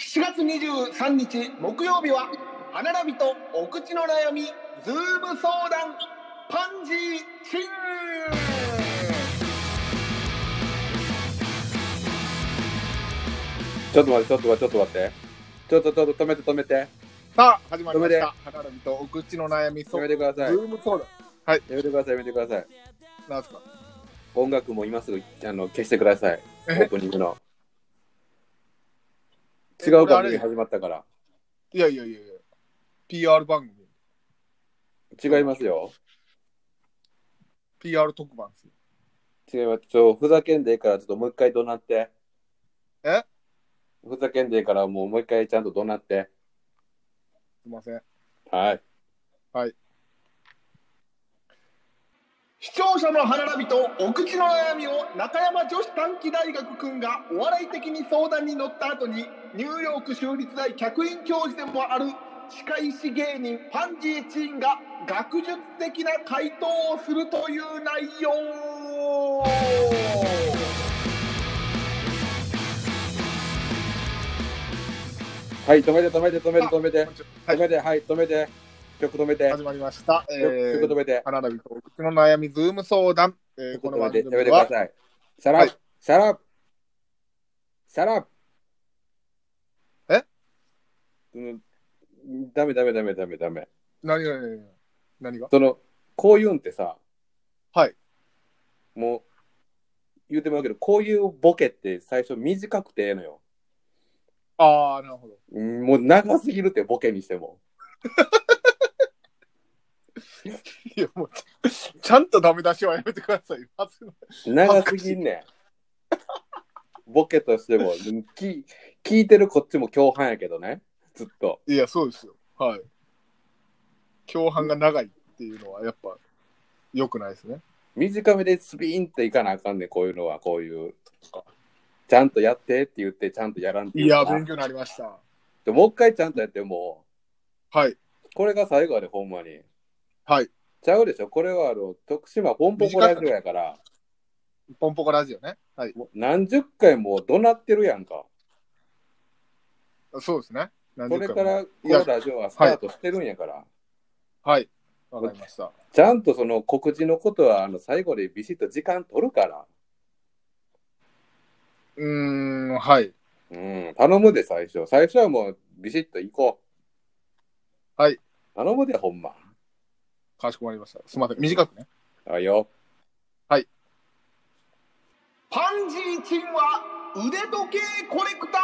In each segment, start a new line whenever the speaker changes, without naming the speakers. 4月23日木曜日は歯並びとお口の悩みズーム相談パンジーチン
ちょっと待って、ちょっと待って、ちょっと待って。ちょっと、ちょっと止めて、止めて。
さあ始まりまし
ど
た歯並びとお口の悩み
や
相談
めてください。
ズ
や
ーム相談
めてください、やめてください。
なんすか
音楽も今すぐあの消してください。オ
え
ープニングの。
え
違う
これあ
番
れ
組始まったから。
いやいやいやいや PR 番組
違いますよ。
PR 特番ですよ
違います。ちょふざけんでいいから、ちょっともう一回怒鳴って。
え
ふざけんでいいから、もうもう一回ちゃんと怒鳴って。
すいません
はい。
視聴者の歯並びとお口の悩みを中山女子短期大学くんがお笑い的に相談に乗った後にニューヨーク州立大客員教授でもある歯科医師芸人パンジーチンが学術的な回答をするという内容
はい、止めて、止めて、止めて、止めて。
は
止
い
めて、はい、止めて。曲止めて。
始まりました、えー
曲止めて。
歯並びとお口の悩みズーム相談、えーこ
こ
の
の
番
番
組
組
は
は。さら
はい
ば、さらば、さらば。
え
うん、ダメダメダメダメダメ。
何が何が何が
その、こういうんってさ、
はい。
もう、言うてもらうけど、こういうボケって最初短くてええのよ。
ああなるほど
うんもう長すぎるってボケにしても。
いやもうちちゃんとダメ出しはやめてくださいよ恥ずかしい
長すぎんねん。ボケとしても、き聞いてるこっちも共犯やけどね。ずっと。
いや、そうですよ。はい。共犯が長いっていうのは、やっぱ、良くないですね。
短めでスピーンっていかなあかんねんこういうのはこういうちゃんとやってって言ってちゃんとやらんって
いうや、
か
勉強になりました。
でもう一回ちゃんとやっても
はい。
うこれが最後やでほんまに
はい
ちゃうでしょこれはあの徳島ポンポコラジオやから
ポンポコラジオね。はい。
もう何十回も怒鳴ってるやんか
そうですね。何
こ
十
れ
回も
からこのラジオはスタートしてるんやから、
はい。わかりました。
ちゃんとその告知のことはあの最後でビシッと時間取るから
うーん、はい。
うん頼むで最初最初はもうビシッと行こう
はい
頼むでほんま
かしこまりました。すみません。短くね。
あいよ
パンジーチンは腕時計コレクター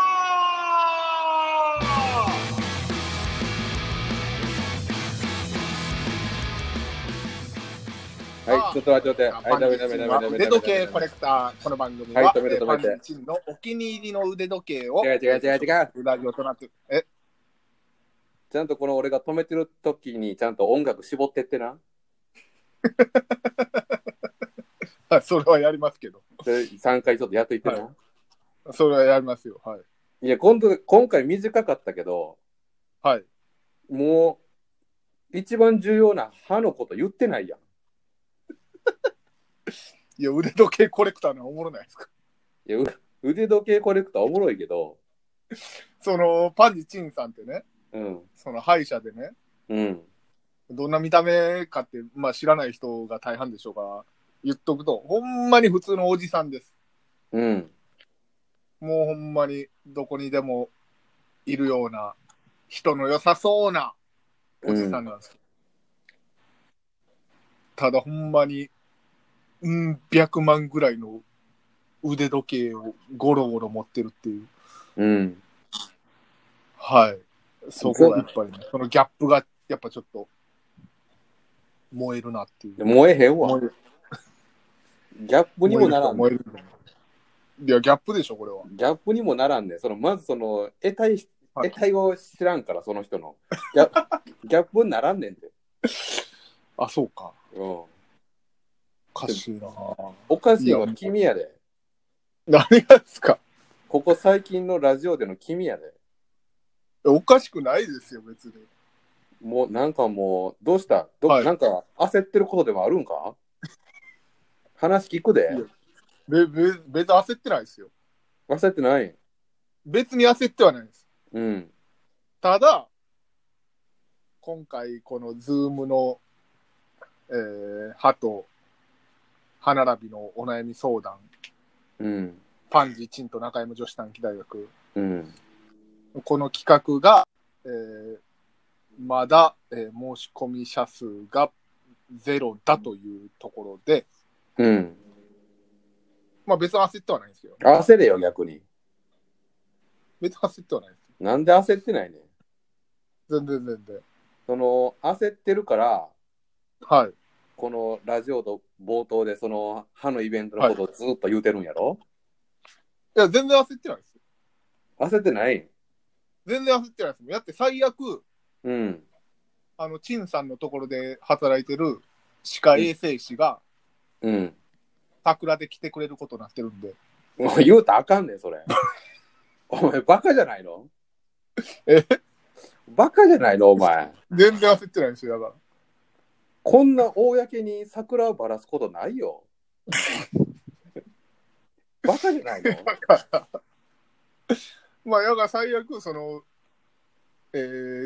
はい、ちょっと待って待って。はい、ダメダメダメダメダメ。
腕時計コレクター、この番組は、
はい止めて止
パン
めて
ジーチンのお気に入りの腕時計を、
違う違う違う違う。
ラジオとなって、え、
ちゃんとこの俺が止めてる時にちゃんと音楽絞ってってな。
はいそれはやりますけど。
で3回ちょっとやっといてな。
はいそれはやりますよ。はい。
い、や、今度、今回短かったけど、
はい。
もう、一番重要な歯のこと言ってないやん。
いや、腕時計コレクターのはおもろないですか。
いや、う腕時計コレクターおもろいけど、
その、パンジチンさんってね、
うん。
その歯医者でね、
うん。
どんな見た目かって、まあ知らない人が大半でしょうから、言っとくと、ほんまに普通のおじさんです。
うん。
もうほんまにどこにでもいるような、人の良さそうなおじさんなんです、ただほんまに、うん、百万ぐらいの腕時計をゴロゴロ持ってるっていう。
うん。
はい。そこがやっぱりね、そのギャップがやっぱちょっと燃えるなっていう。
燃えへんわ
燃え。る
ギャップにもならんね
燃える燃えるいや、ギャップでしょ、これは。
ギャップにもならんねんそのまずその得体、
はい
得体を知らんから、その人の。ギャギャップにならんねんて。
あ、そうか。
うん、
おかしいな
おかしい
いや
わ、君やで。
何がですか
ここ最近のラジオでの君やで。
おかしくないですよ、別に。
もうなんかもう、どうしたど、
はい
なんか焦ってることでもあるんか話聞くで
いや。べべ別に焦ってないですよ。
焦ってない。
別に焦ってはないです。
ううん。
ただ、今回、このズームの、えー、歯と歯並びのお悩み相談、
うん。
パンジーチンと中山女子短期大学、
うん。
この企画が、えーまだ、えー申し込み者数がゼロだというところで、
うん。
まあ別に焦ってはないんですよ。
焦れよ、逆に。
別に焦ってはないです。
なんで焦ってないねん
全然全然。
その、焦ってるから、
はい。
このラジオの冒頭で、その、歯のイベントのことをずっと言うてるんやろ、
いや、全然焦ってないです。
焦ってない
全然焦ってないです。だって最悪、
うん。
あの、陳さんのところで働いてる歯科衛生士が
うん。
桜で来てくれることになってるんで。
もう言うたらあかんねん、それ。 お前、バカじゃないの
え
バカじゃないの、お前。
全然焦ってないですよ、だか
こんな公に桜をばらすことない よ。バカじゃないの
ら。まあ、だから最悪、その、え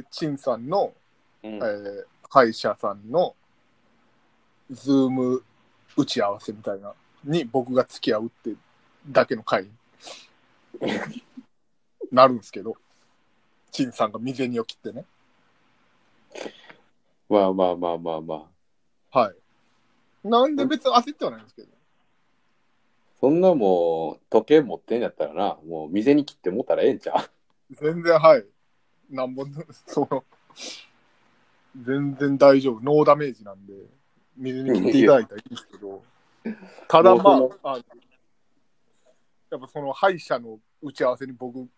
ー、陳さんの、
うん
えー、歯医者さんの、ズーム打ち合わせみたいな、に僕が付き合うってだけの会 なるんですけど、陳さんが未然に起きてね。
まあまあまあまあまあ。
はい。なんで別に焦ってはないんですけど。
そんなもう、時計持ってんやったらな、もう店に切ってもったらええんちゃう
全然はい。なんぼ、その、全然大丈夫。ノーダメージなんで、水に切っていただいたらいいんですけど、ただまあ
もう、
あのやっぱその歯医者の打ち合わせに僕、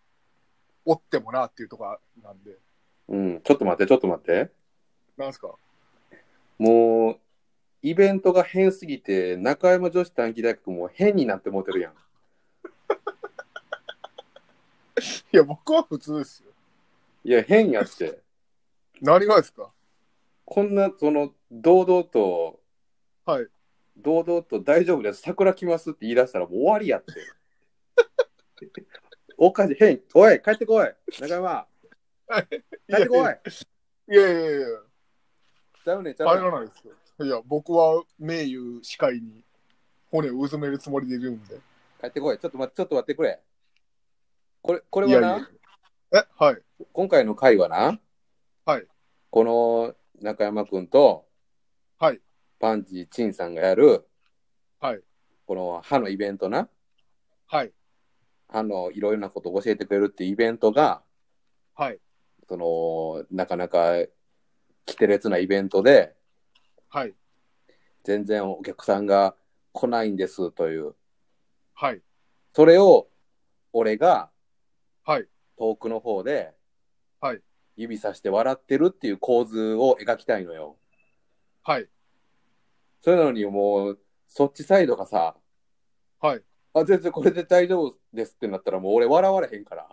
おってもなっていうとこなんで、
うん、ちょっと待って、ちょっと待って。
なんすか
もう、イベントが変すぎて、中山女子短期大学も変になってもうてるやん。
いや、僕は普通ですよ。
いや、変やって。
何がですか
こんな、その、堂々と、
はい。
堂々と大丈夫です、桜来ますって言い出したらもう終わりやって。 おかしい、変、おい、帰ってこい、中山、帰ってこい。
いやいやいやいや、
ちゃうねん、ち
帰
ゃうね
らないですよ。いや、僕は名誉歯科医に骨をうずめるつもりでいるんで。
ん帰ってこい、ちょっと待って、ちょっと待ってくれ。これ、これ
い
は
やい
な、
や。え、はい。
今回の会はな、
はい。
この中山くんと、
はい。
パンジー・チンさんがやる、
はい。
この歯のイベントな、
はい。
歯のいろいろなことを教えてくれるっていうイベントが、
はい。
その、なかなか来て烈なイベントで、
はい。
全然お客さんが来ないんですという、
はい。
それを、俺が
はい。
遠くの方で、
はい。
指さして笑ってるっていう構図を描きたいのよ。
はい。
それなのにもう、そっちサイドがさ、
はい。
あ、全然これで大丈夫ですってなったら、もう俺笑われへ んから。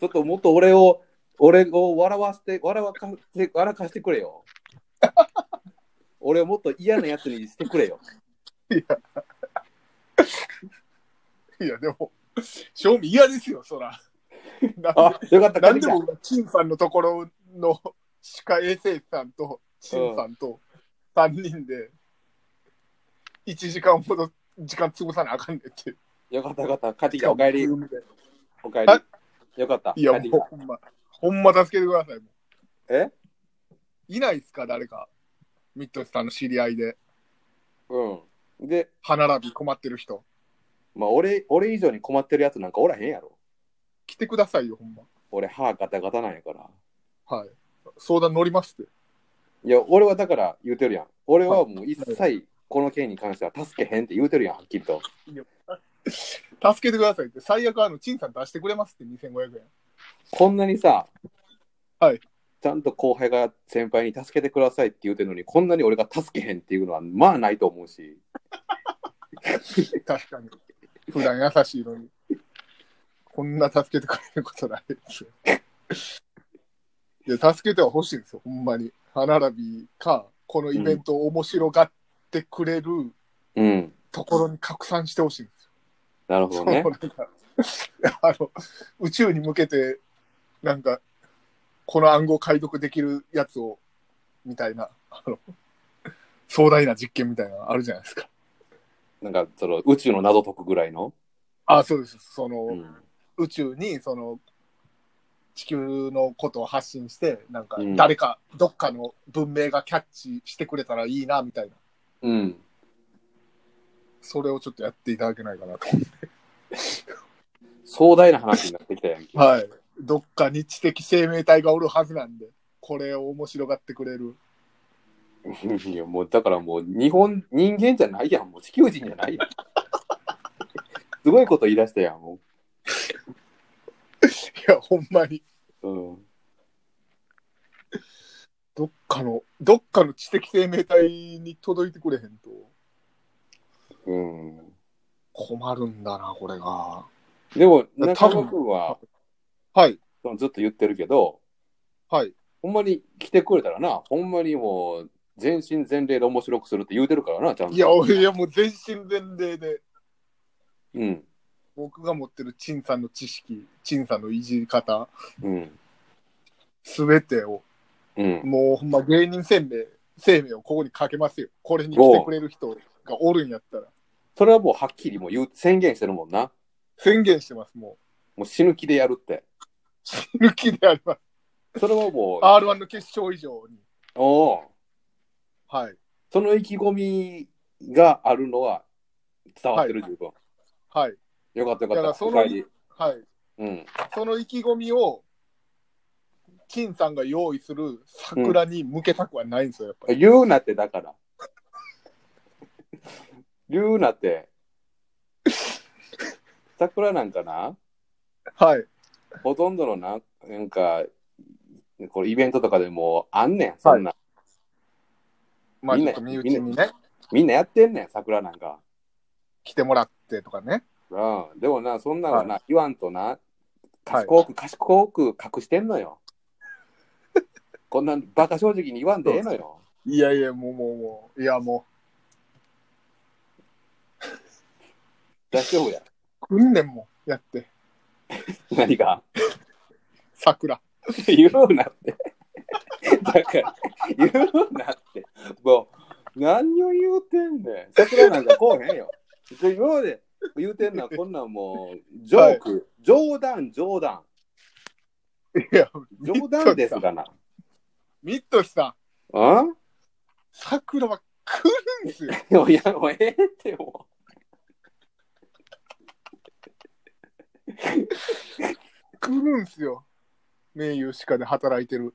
ちょっともっと俺を、俺を笑わせて、笑わかして、笑かしてくれよ。俺をもっと嫌なやつにして くれよ。
いや、でも、正味嫌ですよ、そ ら。な
あ、よかった、
なんで
帰ってき
も、陳さんのところの歯科衛生士さんと、陳さんと3人で、1時間ほど時間潰さなあかんねんって。
たよかった、よかった、帰ってきた、おかえり、おかえ
は
り。よかった、
いや、
帰ってき
もうほ
た。
んま、ほんま助けてください。
え
いないですか、誰か。ミッドさんの知り合いで、
うん。で、
歯並び困ってる人。
まあ、俺、俺以上に困ってるやつなんかおらへんやろ。
来てくださいよ、ほんま。
俺、歯ガタガタなんやから。
はい。相談乗りますって。
いや、俺はだから言うてるやん。俺はもう一切この件に関しては助けへんって言うてるやん、はっきりと。
助けてくださいって、最悪、あの、陳さん出してくれますって、2500円。
こんなにさ、
はい
ちゃんと後輩が先輩に助けてくださいって言うてるのに、こんなに俺が助けへんっていうのは、まあないと思うし、
確かに。普段優しいのに。こんな助けてくれることないですよ。いや、助けては欲しいんですよ、ほんまに。歯並びか、このイベントを面白がってくれる
うん、
ところに拡散してほしいんです
なるほ
よ。
どね
そう。なんかあの、宇宙に向けて、なんか、この暗号解読できるやつを、みたいな、あの、壮大な実験みたいなのあるじゃないですか。
なんか、その、宇宙の謎解くぐらいの。
あ、そうです。その、
うん。
宇宙に、その、地球のことを発信して、なんか
う、ん
誰か、どっかの文明がキャッチしてくれたらいいな、みたいな。
うん。
それをちょっとやっていただけないかなと。
壮大な話になってきたやん け。
はい。どっかに知的生命体がおるはずなんで、これを面白がってくれる。
いや、もう、だからもう、日本、人間じゃないやん。もう、地球人じゃな いやん。すごいこと言い出したやん、も
いや、ほんまに。
う。うん。
どっかの、どっかの知的生命体に届いてくれへんと
うん。
困るんだな、これが。
でも、
いや
中野君は、
はい、
そのずっと言ってるけど、
はい。
ほんまに来てくれたらな、ほんまにもう、全身全霊で面白くするって言うてるからな、ちゃんと。
いや、俺いやもう全身全霊で、
うん。
僕が持ってる陳さんの知識、陳さんのいじり方、
うん。
すべてを、
うん。
もうほんま芸人生命、生命をここにかけますよ。これに来てくれる人がおるんやったら。
それはもうはっきりもう言う宣言してるもんな。
宣言してます、も
もう死ぬ気でやるって。
う。 抜きであります。
それは もう、
R1 の決勝以上に。
おお
はい、
その意気込みがあるのは伝わってる、
は
十分。
はい、
よかった
だか
よからった。
そ
お
の
かえり。
はい。
うん。
その意気込みを、金さんが用意する桜に向けたくはないんですよ、やっぱり。
言うなって、だから。 言うなって。桜なんかな
はい。
ほとんどのな、なんか、これイベントとかでもあんねん、そんな。
まあ、
みん
ちょ
な
っと身内にね、
みんなやってんねん、桜なんか。
来てもらってとかね。
うん、でもな、そんなのな、言わんとな、
はい
賢く、賢く隠してんの よ。こんなバカ正直に言わんでええのよ。
いやいや、もうもうもう、いやも
大丈夫や。
う、訓練もやって、
何が
桜。
言うなって。 だから、言うなって。もう、何を言うてんねん。桜なんかこうへんよ。で今まで言うてんのは、こんなんもう、ジョーク、冗談、冗談、
いや、
冗談ですがな。
ミッドさん、
うん
桜は来るんですよ。
いや、いや もうええっても
来るんですよ。名優歯科で働いてる。
う、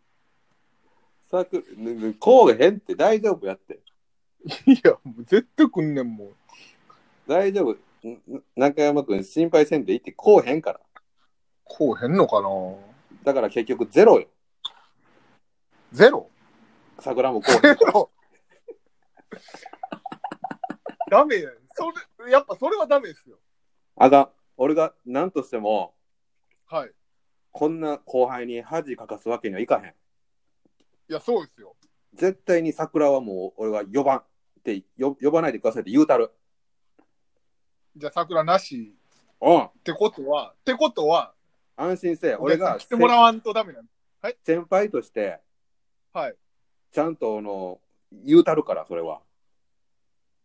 さく、ぬぬこうへんって大丈夫やって。
いや、もう絶対来んねん、もう。
大丈夫。んん中山君心配せんでいいってこうへんから。
来おへんのかな
だから結局ゼロよ。
ゼロ
桜もこうへ
ゼ
んから。
ロダメやんそれ、やっぱそれはダメですよ。
あがん、俺が何としても、
はい。
こんな後輩に恥かかすわけにはいかへん。
いや、そうですよ。
絶対に桜はもう俺は呼ばんってよ呼ばないでくださいって言うたる。
じゃあ、桜なし
うん。
ってことは、ってことは、
安心せえ。
俺
俺
が
が
来てもらわんとダメなの。
せ先輩として、
はい。
ちゃんとあの言うたるから、それは。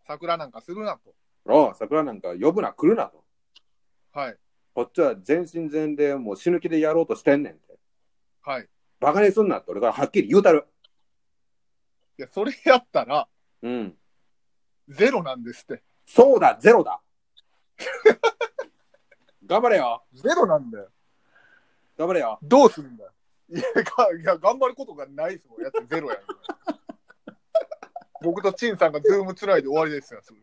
桜なんかするなと。
うん、桜なんか呼ぶな、来るなと。
はい。
こっちは全身全霊もう死ぬ気でやろうとしてんねんって。
はい。い
バカにすんなって俺からはっきり言うたる。
や、それやったら、
うん。
ゼロなんですって。
そうだ、ゼ ロだ。頑張れよ。
ゼロなんだよ。
頑張れよ。
どうするんだよ。いや、がいや頑張ることがないですもん。やってゼロやん。 僕と陳さんがズームつないで終わりですよ。 それ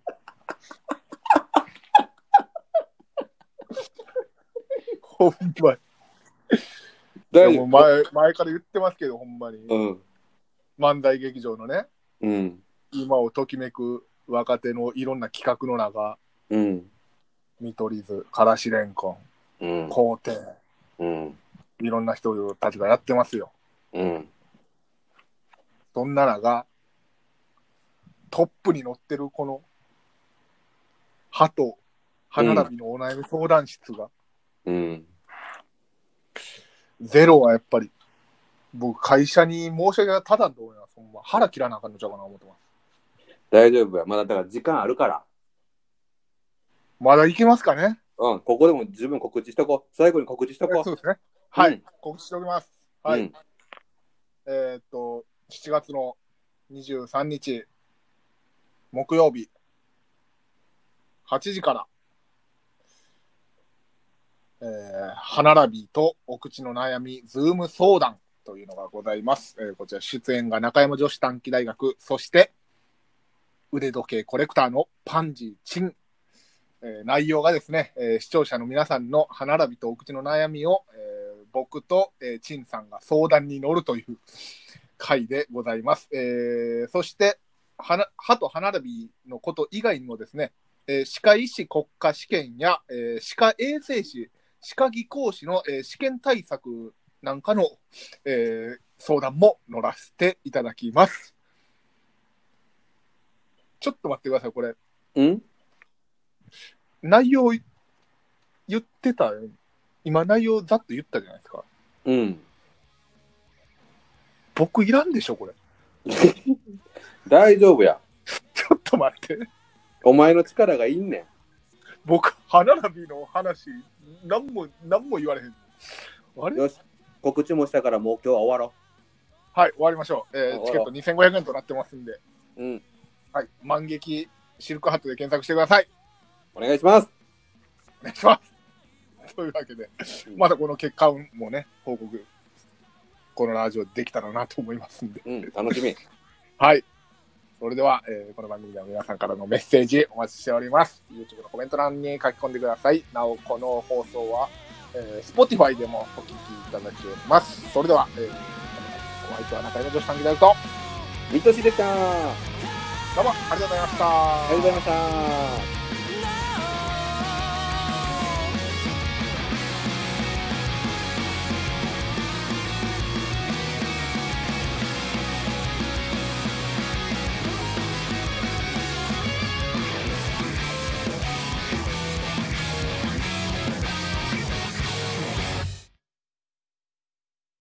ほんまに。い
大
やも
丈
う
夫。
前前から言ってますけど、ほんまに。
うん。
漫才劇場のね、
うん。
今をときめく若手のいろんな企画の中、
うん。
見取り図、からしれんこ
うん
ん、。皇帝、
うん。
いろんな人たちがやってますよ。
うん。
そんならが、トップに乗ってるこの、歯と歯並びのお悩み相談室が、
うん。
ゼロはやっぱり、僕、会社に申し訳がただんと思います。ほんま腹切らなあかんのちゃうかな思ってます。
大丈夫や。まだだから時間あるから。
まだいけますかね
うん。ここでも十分告知しとこう。最後に告知しとこ。
そううですね。はい。
うん
告知しておきます。はい。
うん
えーっと、7月の23日、木曜日、8時から、えー、歯並びとお口の悩み、ズーム相談というのがございます。えーこちら出演が中山女子短期大学、そして、腕時計コレクターのパンジーチン。えー内容がですね、えー視聴者の皆さんの歯並びとお口の悩みを、えー僕と、えーチンさんが相談に乗るという回でございます。えーそして、はな歯と歯並びのこと以外にもですね、えー歯科医師国家試験や、えー歯科衛生士、歯科技工士の、えー試験対策なんかの、えー相談も乗らせていただきます。ちょっと待ってください、これ。
うん
内容い言ってた今内容ざっと言ったじゃないですか
うん。
僕いらんでしょこれ
大丈夫や。
ちょっと待って
お前の力がいんねん。
僕歯並びの話何も何も言われへんあれ
よし、告知もしたからもう今日は終わ
はい終わりましょう、えー
お
チケット2500円となってますんで、
ろう。うん、
はい、万劇シルクハットで検索してください
お願いします。
お願いします というわけで
うん
またこの結果もね報告このラジオできたらなと思いますんで
うん、楽しみ。
はい。それでは、えーこの番組では皆さんからのメッセージお待ちしております。YouTube のコメント欄に書き込んでください。なお、この放送は、えー Spotify でもお聞きいただけます。それでは、えーお相手は中山女子さんになると、
ミトシでした。あ
どうもありがとうございました。
りがとうございました。